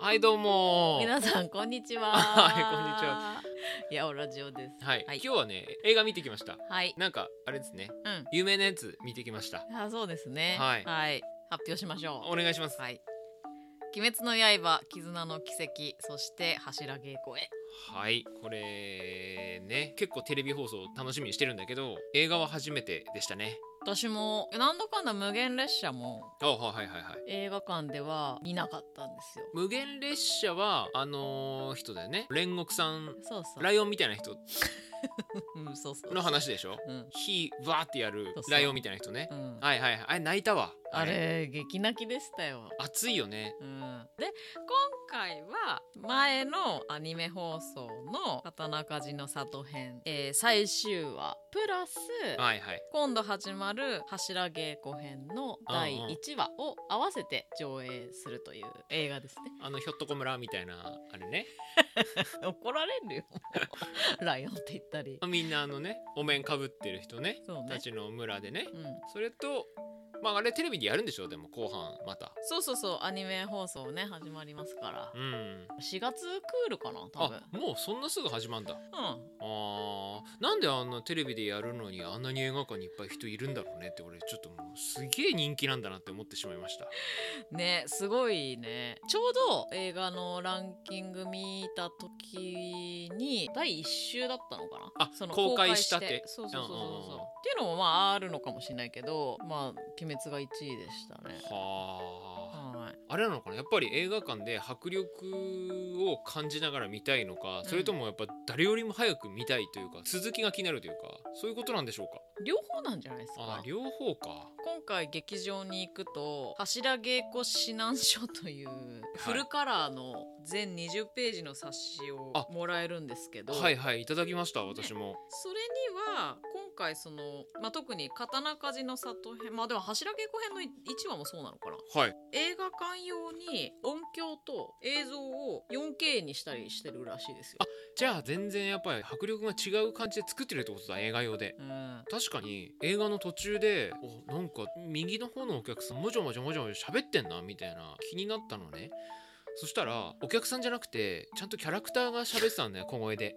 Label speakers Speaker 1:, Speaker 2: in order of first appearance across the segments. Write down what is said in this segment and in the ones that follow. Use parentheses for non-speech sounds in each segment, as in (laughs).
Speaker 1: はいどうも
Speaker 2: 皆さんこんにち
Speaker 1: (laughs)
Speaker 2: は。
Speaker 1: はいこんにちは。
Speaker 2: やおラジオです。
Speaker 1: はい、
Speaker 2: はい
Speaker 1: 今日はね映画見てきました
Speaker 2: はい。
Speaker 1: なんかあれですね
Speaker 2: うん。
Speaker 1: 有名なやつ見てきました
Speaker 2: あそうですね。
Speaker 1: はい
Speaker 2: 発表しましょ
Speaker 1: お願いします
Speaker 2: う。はい。鬼滅の刃、絆の奇跡、そして柱稽古へ。
Speaker 1: はいこれね結構テレビ放送楽しみにしてるんだけど映画は初めてでしたね
Speaker 2: 私もなんだかんだ無限列車も
Speaker 1: あはいはいはいはい
Speaker 2: 映画館では見なかったんですよ。
Speaker 1: 無限列車はあの人だよね煉獄さん
Speaker 2: そうそう。
Speaker 1: ライオンみたいな人
Speaker 2: うんそうそう。
Speaker 1: の。話でしょ
Speaker 2: うん。
Speaker 1: 火わーってやる
Speaker 2: そうそう
Speaker 1: ライオンみたいな人ね
Speaker 2: うん。
Speaker 1: はいはいはいあれ泣いたわ
Speaker 2: あれ激泣きでしたよ。
Speaker 1: 熱いよね
Speaker 2: うん、で今回は前のアニメ放送の「刀鍛冶の里編」えー最終話プラス
Speaker 1: はいはい
Speaker 2: 今度始まる柱稽古編の第
Speaker 1: うんうん
Speaker 2: 1話を合わせて上映するという映画ですね。
Speaker 1: あのひょっとこ村みたいなあれね
Speaker 2: (laughs) 怒られるよ (laughs) ライオンって言ったり。
Speaker 1: みんなあのねお面かぶってる人ね
Speaker 2: そう
Speaker 1: た
Speaker 2: ね、
Speaker 1: ちの村でね
Speaker 2: うん、
Speaker 1: それとまああれテレビでやるんでしょでも後半また
Speaker 2: そうそうそうアニメ放送ね始まりますから
Speaker 1: うん
Speaker 2: 4月クールかな多分
Speaker 1: あもうそんなすぐ始まるんだ
Speaker 2: うん
Speaker 1: あーなんであんなテレビでやるのにあんなに映画館にいっぱい人いるんだろうねって俺ちょっともうすげえ人気なんだなって思ってしまいました
Speaker 2: ねすごいねちょうど映画のランキング見た時に第1週だったのかな
Speaker 1: あ公開したって
Speaker 2: そうそうそうそう
Speaker 1: うんうんう
Speaker 2: そ
Speaker 1: ん
Speaker 2: うっていうのもまああるのかもしれないけどまあ「鬼滅」が1位でしたね
Speaker 1: はあ
Speaker 2: はい
Speaker 1: あれなのかなやっぱり映画館で迫力を感じながら見たいのかそれともやっぱ誰よりも早く見たいというか続きが気になるというかそういうことなんでしょうか
Speaker 2: 両方なんじゃないです
Speaker 1: あ
Speaker 2: か
Speaker 1: ー両方か
Speaker 2: 今回劇場に行くと「柱稽古指南書」というフルカラーの全20ページの冊子を
Speaker 1: あ
Speaker 2: もらえるんですけど、
Speaker 1: はいはいいただきました私も
Speaker 2: それには今回その、まあ、特に「刀鍛冶の里編」まあでも柱稽古編の1話もそうなのかな
Speaker 1: はい
Speaker 2: 映画館用に音響と映像を 4K にしたりしてるらしいですよ。
Speaker 1: じゃあ全然やっぱり迫力が違う感じで作ってるってことだ映画用で
Speaker 2: うん、
Speaker 1: 確かに映画の途中でおなんか右の方のお客さんもじょもじょもじょもじょ喋ってんなみたいな気になったのねそしたらお客さんじゃなくてちゃんとキャラクターが喋ってたんだよ小声で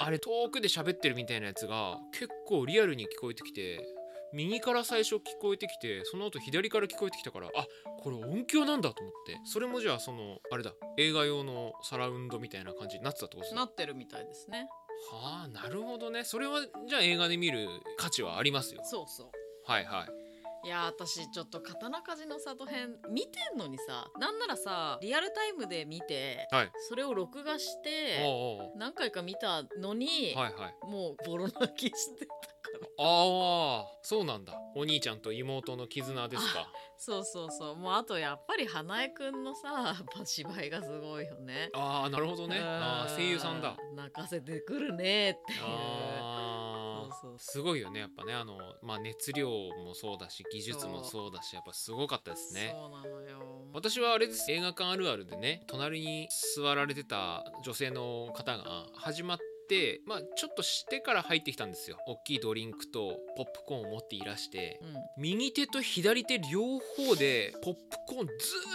Speaker 1: あれ遠くで喋ってるみたいなやつが結構リアルに聞こえてきて右から最初聞こえてきてその後左から聞こえてきたからあこれ音響なんだと思ってそれもじゃあそのあれだ映画用のサラウンドみたいな感じになってたってことだ
Speaker 2: なってるみたいですね。
Speaker 1: はあなるほどねそれはじゃあ映画で見る価値はありますよ
Speaker 2: そうそう
Speaker 1: はいはい
Speaker 2: いやー私ちょっと「刀鍛冶の里編」見てんのにさなんならさリアルタイムで見て、
Speaker 1: はい
Speaker 2: それを録画し
Speaker 1: お
Speaker 2: て
Speaker 1: うおう
Speaker 2: 何回か見たのに、
Speaker 1: はいはい
Speaker 2: もうボロ泣きしてたから。
Speaker 1: ああそうなんだお兄ちゃんと妹の絆ですか
Speaker 2: そうそうそうもうあとやっぱり花江くんのさやっぱ芝居がすごいよね。
Speaker 1: ああーなるほどねあー声優さんだ
Speaker 2: 泣かせてくるねっていう
Speaker 1: あー
Speaker 2: そうそう
Speaker 1: すごいよねやっぱねあの、まあ、熱量もそうだし技術もそうだしやっぱすごかったですね
Speaker 2: そうなのよ
Speaker 1: 私はあれです映画館あるあるでね隣に座られてた女性の方が始まって、まあ、ちょっとしてから入ってきたんですよ大きいドリンクとポップコーンを持っていらして
Speaker 2: うん
Speaker 1: 右手と左手両方でポップコーンず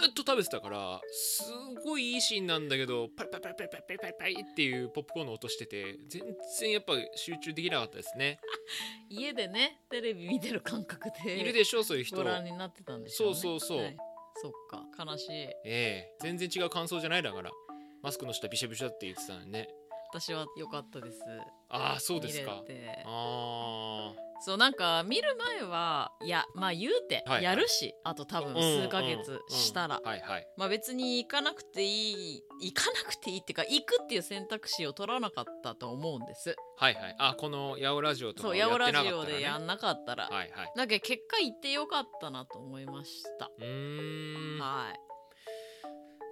Speaker 1: ーっと食べてたからすごいいいシーンなんだけどパリパリパリパリパリパリパリっていうポップコーンの音してて全然やっぱ集中できなかったですね
Speaker 2: 家でねテレビ見てる感覚で
Speaker 1: いるでしょそういう人
Speaker 2: ご覧
Speaker 1: え
Speaker 2: になってたんでしょうね
Speaker 1: そうそうそう
Speaker 2: はいそっか悲しい
Speaker 1: え全然違う感想じゃないだからマスクの下びしゃびしゃって言ってたのにね
Speaker 2: 私は良かったです
Speaker 1: ああそうですか
Speaker 2: 見れて
Speaker 1: あ
Speaker 2: そうなんか見る前はいやまあ言うて
Speaker 1: はいはい
Speaker 2: やるし、あと多分
Speaker 1: あ
Speaker 2: 数ヶ月したら、
Speaker 1: はいはい
Speaker 2: まあ別に行かなくていい行かなくていいっていうか行くっていう選択肢を取らなかったと思うんです
Speaker 1: はいはいあこの八百ラジオとか
Speaker 2: そ
Speaker 1: を
Speaker 2: う
Speaker 1: や
Speaker 2: や
Speaker 1: って
Speaker 2: お
Speaker 1: なかったら、
Speaker 2: ラジ
Speaker 1: ね、
Speaker 2: オでやんなかったら、
Speaker 1: はいはい
Speaker 2: だけど結果行ってよかったなと思いました、
Speaker 1: うーん
Speaker 2: はい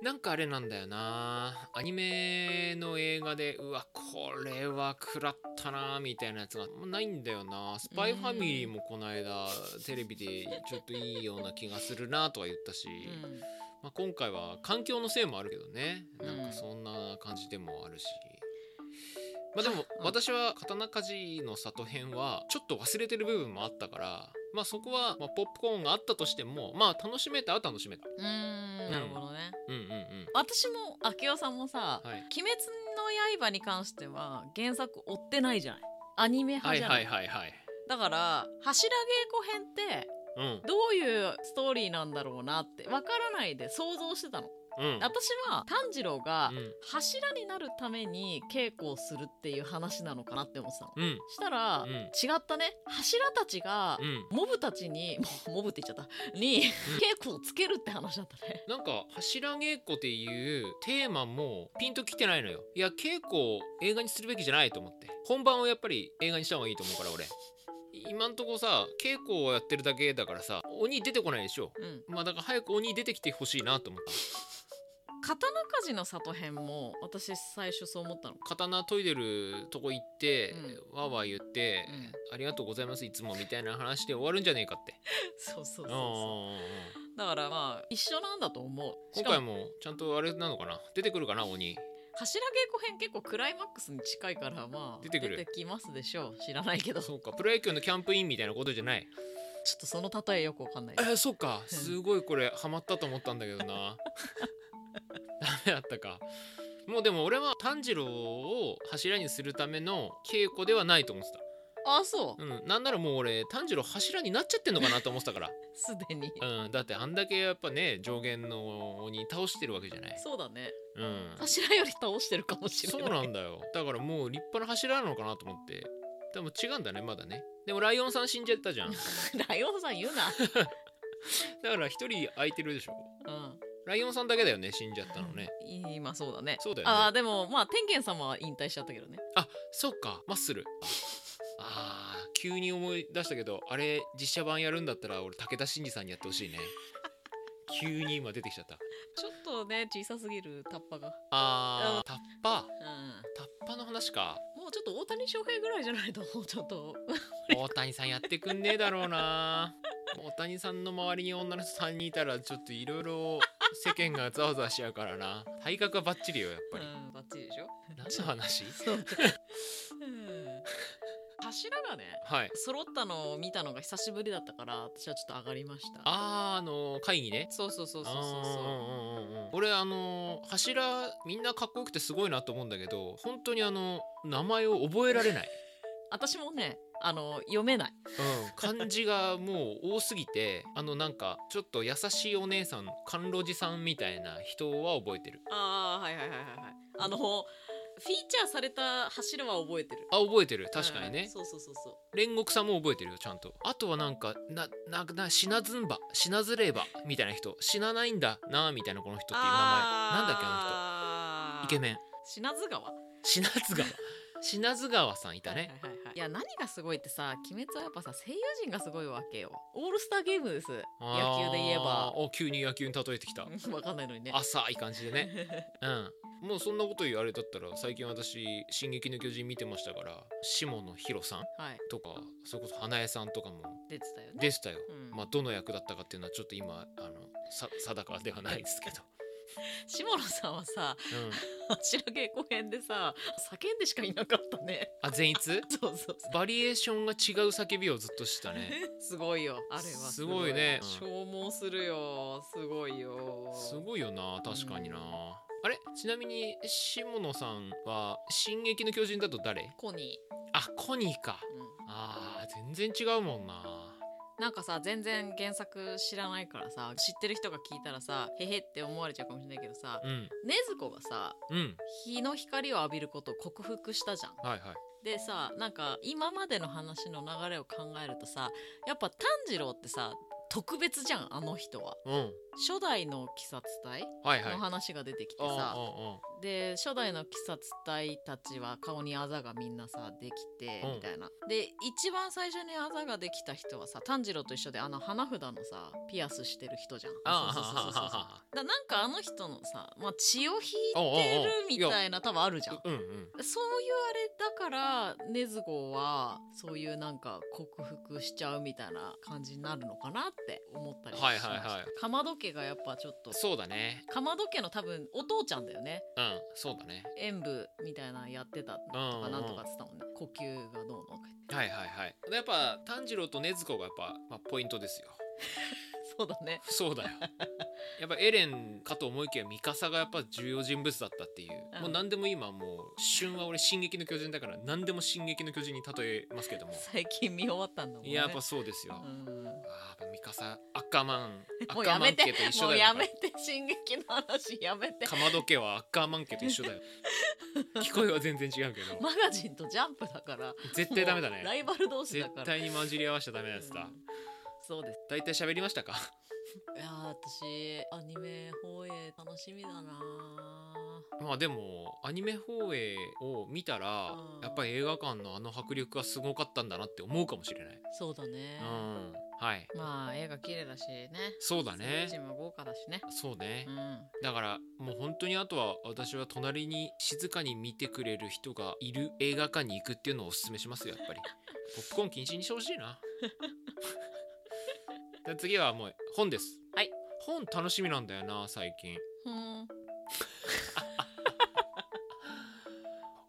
Speaker 1: なんかあれなんだよなアニメの映画でうわこれは食らったなみたいなやつがもうないんだよなスパイファミリーもこの間テレビでちょっといいような気がするなとは言ったし、
Speaker 2: うん
Speaker 1: まあ、今回は環境のせいもあるけどね
Speaker 2: うん
Speaker 1: なんかそんな感じでもあるし、まあでも
Speaker 2: うん
Speaker 1: 私は刀鍛冶の里編はちょっと忘れてる部分もあったからまあそこはまあポップコーンがあったとしてもまあ楽しめたは楽しめた
Speaker 2: うーんなるほどね
Speaker 1: うんうんうん
Speaker 2: 私も明夫さんもさ
Speaker 1: は
Speaker 2: 「
Speaker 1: い
Speaker 2: 鬼滅の刃」に関しては原作追ってないじゃないアニメ
Speaker 1: は
Speaker 2: 派
Speaker 1: い
Speaker 2: じゃない、
Speaker 1: はいはいはい
Speaker 2: だから柱稽古編って
Speaker 1: うん
Speaker 2: どういうストーリーなんだろうなってわからないで想像してたの
Speaker 1: うん
Speaker 2: 私は炭治郎が
Speaker 1: うん
Speaker 2: 柱になるために稽古をするっていう話なのかなって思ってたの
Speaker 1: うん
Speaker 2: したら、
Speaker 1: うん
Speaker 2: 違ったね柱たちが、
Speaker 1: うん
Speaker 2: モブたちに (laughs) もうモブって言っちゃったに、稽古をつけるって話だったね
Speaker 1: なんか柱稽古っていうテーマもピンときてないのよいや稽古を映画にするべきじゃないと思って本番をやっぱり映画にした方がいいと思うから俺今んとこさ稽古をやってるだけだからさ鬼出てこないでしょ
Speaker 2: うん
Speaker 1: まあだから早く鬼出てきてほしいなと思った
Speaker 2: 刀鍛冶の里編も私最初そう思ったの
Speaker 1: 刀研いでるとこ行って、わーわー言って、
Speaker 2: うん
Speaker 1: ありがとうございますいつも」みたいな話で終わるんじゃねえかって
Speaker 2: そうそうそう
Speaker 1: うん
Speaker 2: そ
Speaker 1: うんうん
Speaker 2: うだからまあ一緒なんだと思うし
Speaker 1: 今
Speaker 2: か
Speaker 1: 回
Speaker 2: も
Speaker 1: もちゃんとあれなのかな出てくるかな鬼
Speaker 2: 柱稽古編結構クライマックスに近いからまあ
Speaker 1: 出てくる
Speaker 2: きますでしょう知らないけどちょ
Speaker 1: そうかプロ野球のキャンプインみたいなことじゃない
Speaker 2: っとその例えよくわかんない
Speaker 1: えー、そうかすごいこれハマったと思ったんだけ
Speaker 2: (laughs)
Speaker 1: どなダメだったかもうでも俺は炭治郎を柱にするための稽古ではないと思って
Speaker 2: あそう
Speaker 1: た、うん、なんならもう俺炭治郎柱になっちゃってんのかなと思ってたから
Speaker 2: すでに
Speaker 1: うん、だってあんだけやっぱね上限の鬼倒してるわけじゃない。
Speaker 2: そうだね
Speaker 1: うん、
Speaker 2: 柱より倒してるかもしれ
Speaker 1: そ
Speaker 2: ないう
Speaker 1: なんだよだからもう立派な柱なのかなと思ってでも違うんだねまだねでもライオンさん死んじゃった
Speaker 2: (laughs)
Speaker 1: じゃんだ
Speaker 2: ライオンさん言う
Speaker 1: から一人空いてるでしょ
Speaker 2: な。
Speaker 1: ライオンさんだけだよね死んじゃったのね
Speaker 2: うん。今そうだね。
Speaker 1: そうだよね
Speaker 2: ああでもまあ天元様は引退しちゃったけどね。
Speaker 1: あそっかマッスルあー急に思い出したけどあれ実写版やるんだったら俺武田真治さんにやってほしいね急に今出てきちゃった
Speaker 2: ちょっとね小さすぎるタッパが。
Speaker 1: あータッパ
Speaker 2: う
Speaker 1: タッパの話か
Speaker 2: ん。もうちょっと大谷翔平ぐらいじゃないともうちょっと。
Speaker 1: 大谷さんやってくんねえだろうな大谷さんの周りに女の人3人いたらちょっといろいろ世間がざわざわしちゃうからな体格はバッチリよやっ
Speaker 2: う
Speaker 1: ぱり、
Speaker 2: ん。バッチリでしょ。
Speaker 1: 何の話
Speaker 2: そう。うん。柱がね
Speaker 1: はい
Speaker 2: 揃ったのを見たのが久しぶりだったから私はちょっと上がりました。
Speaker 1: あーあの会議ね
Speaker 2: そうそうそうそうそうそう。
Speaker 1: あーうんうんうんうん俺あの柱みんなかっこよくてすごいなと思うんだけど本当にあの名前を覚えられない、
Speaker 2: 私もねあの読めない。
Speaker 1: うん、漢字がもう多すぎてあのなんかちょっと優しいお姉さん甘露寺さんみたいな人は覚えてる
Speaker 2: ああはいはいはいはいはい。あのフィーチャーされた柱は覚えてる。
Speaker 1: あ覚えてる確かにね、
Speaker 2: うんそうそうそうそう。
Speaker 1: 煉獄さんも覚えてるよちゃんとあとはなんかななな死なずんば死なずればみたいな人死なないんだなみたいなこの人っていう名前なんだっけあの人イケ
Speaker 2: ン。
Speaker 1: メン
Speaker 2: 品津川。
Speaker 1: 死なず
Speaker 2: (laughs)
Speaker 1: 川死なず川さんいたね
Speaker 2: はいはいはいはい。いや何がすごいってさ、鬼滅はやっぱさ声優陣がすごいわけよ。オールスターゲームです。野球で言え
Speaker 1: あー
Speaker 2: ば。 (laughs)
Speaker 1: お急に野球に例えてきた
Speaker 2: うんわかんないのにね。
Speaker 1: 浅い感じでねうんもうそんなこと言うあれだったら最近私「進撃の巨人」見てましたから下野紘さん
Speaker 2: (laughs) はい。
Speaker 1: とかそれこそ花江さんとかも
Speaker 2: 出てたよね。
Speaker 1: でしたよ、
Speaker 2: うん
Speaker 1: まあどの役だったかっていうのはちょっと今あのさ定かではないです
Speaker 2: (laughs)
Speaker 1: けど、
Speaker 2: 下野さんはさ、
Speaker 1: うん、
Speaker 2: 柱稽古編でさ、叫んでしかいなかったね。 (laughs)
Speaker 1: あ善逸
Speaker 2: そうそうそう。
Speaker 1: バリエーションが違う叫びをずっとしてたね
Speaker 2: すごいよ。あれは
Speaker 1: すごいねうん
Speaker 2: 消耗するよ。すごいよ。
Speaker 1: すごいよな確かにな、あれちなみに下野さんは「進撃の巨人」だと誰
Speaker 2: コニ
Speaker 1: あコニーか
Speaker 2: ー。うん
Speaker 1: あー全然違うもんな
Speaker 2: なんかさ全然原作知らないからさ知ってる人が聞いたらさへへって思われちゃうかもしれないけどさ
Speaker 1: うん
Speaker 2: 禰豆子がさ
Speaker 1: うん
Speaker 2: 日の光を浴びることを克服したじゃん。
Speaker 1: はいはい
Speaker 2: でさなんか今までの話の流れを考えるとさやっぱ炭治郎ってさ特別じゃんあの人は。
Speaker 1: うん
Speaker 2: 初代の鬼殺隊
Speaker 1: はいはい
Speaker 2: の話が出てきて
Speaker 1: あ
Speaker 2: さ、
Speaker 1: あ
Speaker 2: で初代の鬼殺隊たちは顔にあざがみんなさできて
Speaker 1: うん
Speaker 2: みたいな、で一番最初にあざができた人はさ炭治郎と一緒であの花札のさピアスしてる人じゃん
Speaker 1: ああ
Speaker 2: そうそうそうそうそう
Speaker 1: あ
Speaker 2: だなんかあの人のさ、まあ、血を引い
Speaker 1: あああ
Speaker 2: てるみ
Speaker 1: いや
Speaker 2: たいな多分あるじゃん
Speaker 1: うんうん
Speaker 2: そういうあれだから禰豆子はそういうなんか克服しちゃうみたいな感じになるのかなって思ったりしました、
Speaker 1: はいはいはい
Speaker 2: かまど家がやっぱちょっと
Speaker 1: そうだね
Speaker 2: かまど家の多分お父ちゃんだよね
Speaker 1: うんうんそうだね
Speaker 2: 演舞みたいなのやってた
Speaker 1: う
Speaker 2: と
Speaker 1: んう
Speaker 2: か
Speaker 1: ん
Speaker 2: なんとかっつったもんね呼吸がどうのとか言って
Speaker 1: はいはいはいでやっぱ炭治郎と禰豆子がやっぱ、まあ、ポイントですよ
Speaker 2: そうだね
Speaker 1: そうだよやっぱエレンかと思いきやミカサがやっぱ重要人物だったっていう、
Speaker 2: うん
Speaker 1: もう何でも今もう旬は俺「進撃の巨人」だから何でも「進撃の巨人」に例えますけども、
Speaker 2: 最近見終わったんだもんね
Speaker 1: いややっぱそうですよ、
Speaker 2: うん
Speaker 1: あーやっぱミカサアッカーマンア
Speaker 2: も
Speaker 1: ッ
Speaker 2: う
Speaker 1: カ
Speaker 2: や
Speaker 1: ーマ
Speaker 2: め
Speaker 1: ン家
Speaker 2: て
Speaker 1: と一緒
Speaker 2: もう
Speaker 1: だよ
Speaker 2: やめて進撃の話やめて
Speaker 1: かまど家はアッカーマン家と一緒だよ聞こえは全然違うけ
Speaker 2: (laughs)
Speaker 1: ど
Speaker 2: マガジンとジャンプだから
Speaker 1: 絶対ダメだ
Speaker 2: もうラ
Speaker 1: ね
Speaker 2: イバル同士だ
Speaker 1: 絶
Speaker 2: から
Speaker 1: 対に混じり合わせちゃダメなやつ
Speaker 2: う
Speaker 1: だ
Speaker 2: んそうです
Speaker 1: 大体喋りましたか
Speaker 2: いやー私アニメ放映楽しみだな
Speaker 1: まあでもアニメ放映を見たら
Speaker 2: うん
Speaker 1: やっぱり映画館のあの迫力がすごかったんだなって思うかもしれない
Speaker 2: そうだね
Speaker 1: う、んはい
Speaker 2: まあ映画綺麗だしね
Speaker 1: そうだね
Speaker 2: ステージも豪華だしね
Speaker 1: そうね
Speaker 2: うん
Speaker 1: だからもう本当にあとは私は隣に静かに見てくれる人がいる映画館に行くっていうのをおすすめしますよやっぱ
Speaker 2: (laughs)
Speaker 1: りポップコーン禁止にしてほしいなじゃあ次はもう本です
Speaker 2: はい
Speaker 1: 本楽しみなんだよな最近
Speaker 2: ふーん (laughs)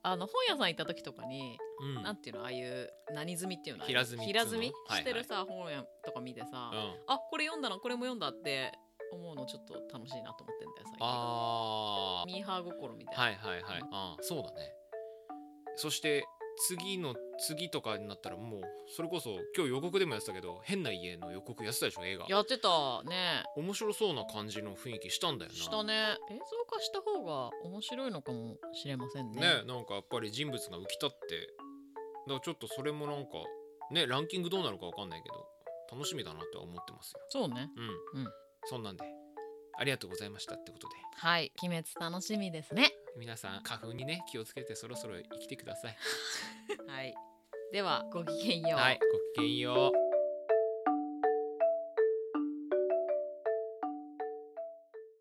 Speaker 2: あの本屋さん行った時とかに、
Speaker 1: うん
Speaker 2: なんていうのああいう何済みっていうの
Speaker 1: 平積みっつうの
Speaker 2: 平積み
Speaker 1: はいはい
Speaker 2: してるさ、本屋とか見てさ、
Speaker 1: うん
Speaker 2: あこれ読んだなこれも読んだって思うのちょっと楽しいなと思ってんだよ最近
Speaker 1: あ
Speaker 2: ミーハー心みたいな、
Speaker 1: はいはいはいあーそうだねそして次の次とかになったらもうそれこそ今日予告でもやってたけど変な家の予告やってたでしょ映画
Speaker 2: やってたね
Speaker 1: 面白そうな感じの雰囲気したんだよな
Speaker 2: したね映像化した方が面白いのかもしれませんね
Speaker 1: ねなんかやっぱり人物が浮き立ってだからちょっとそれもなんかねランキングどうなるかわかんないけど楽しみだなとは思ってますよ
Speaker 2: そうね
Speaker 1: うん、
Speaker 2: うん
Speaker 1: そんなんでありがとうございましたってことで
Speaker 2: はい鬼滅楽しみです
Speaker 1: (laughs)
Speaker 2: ね
Speaker 1: 皆さん花粉にね気をつけてそろそろ生きてください
Speaker 2: はいではごきげんよう、
Speaker 1: はいごきげんよう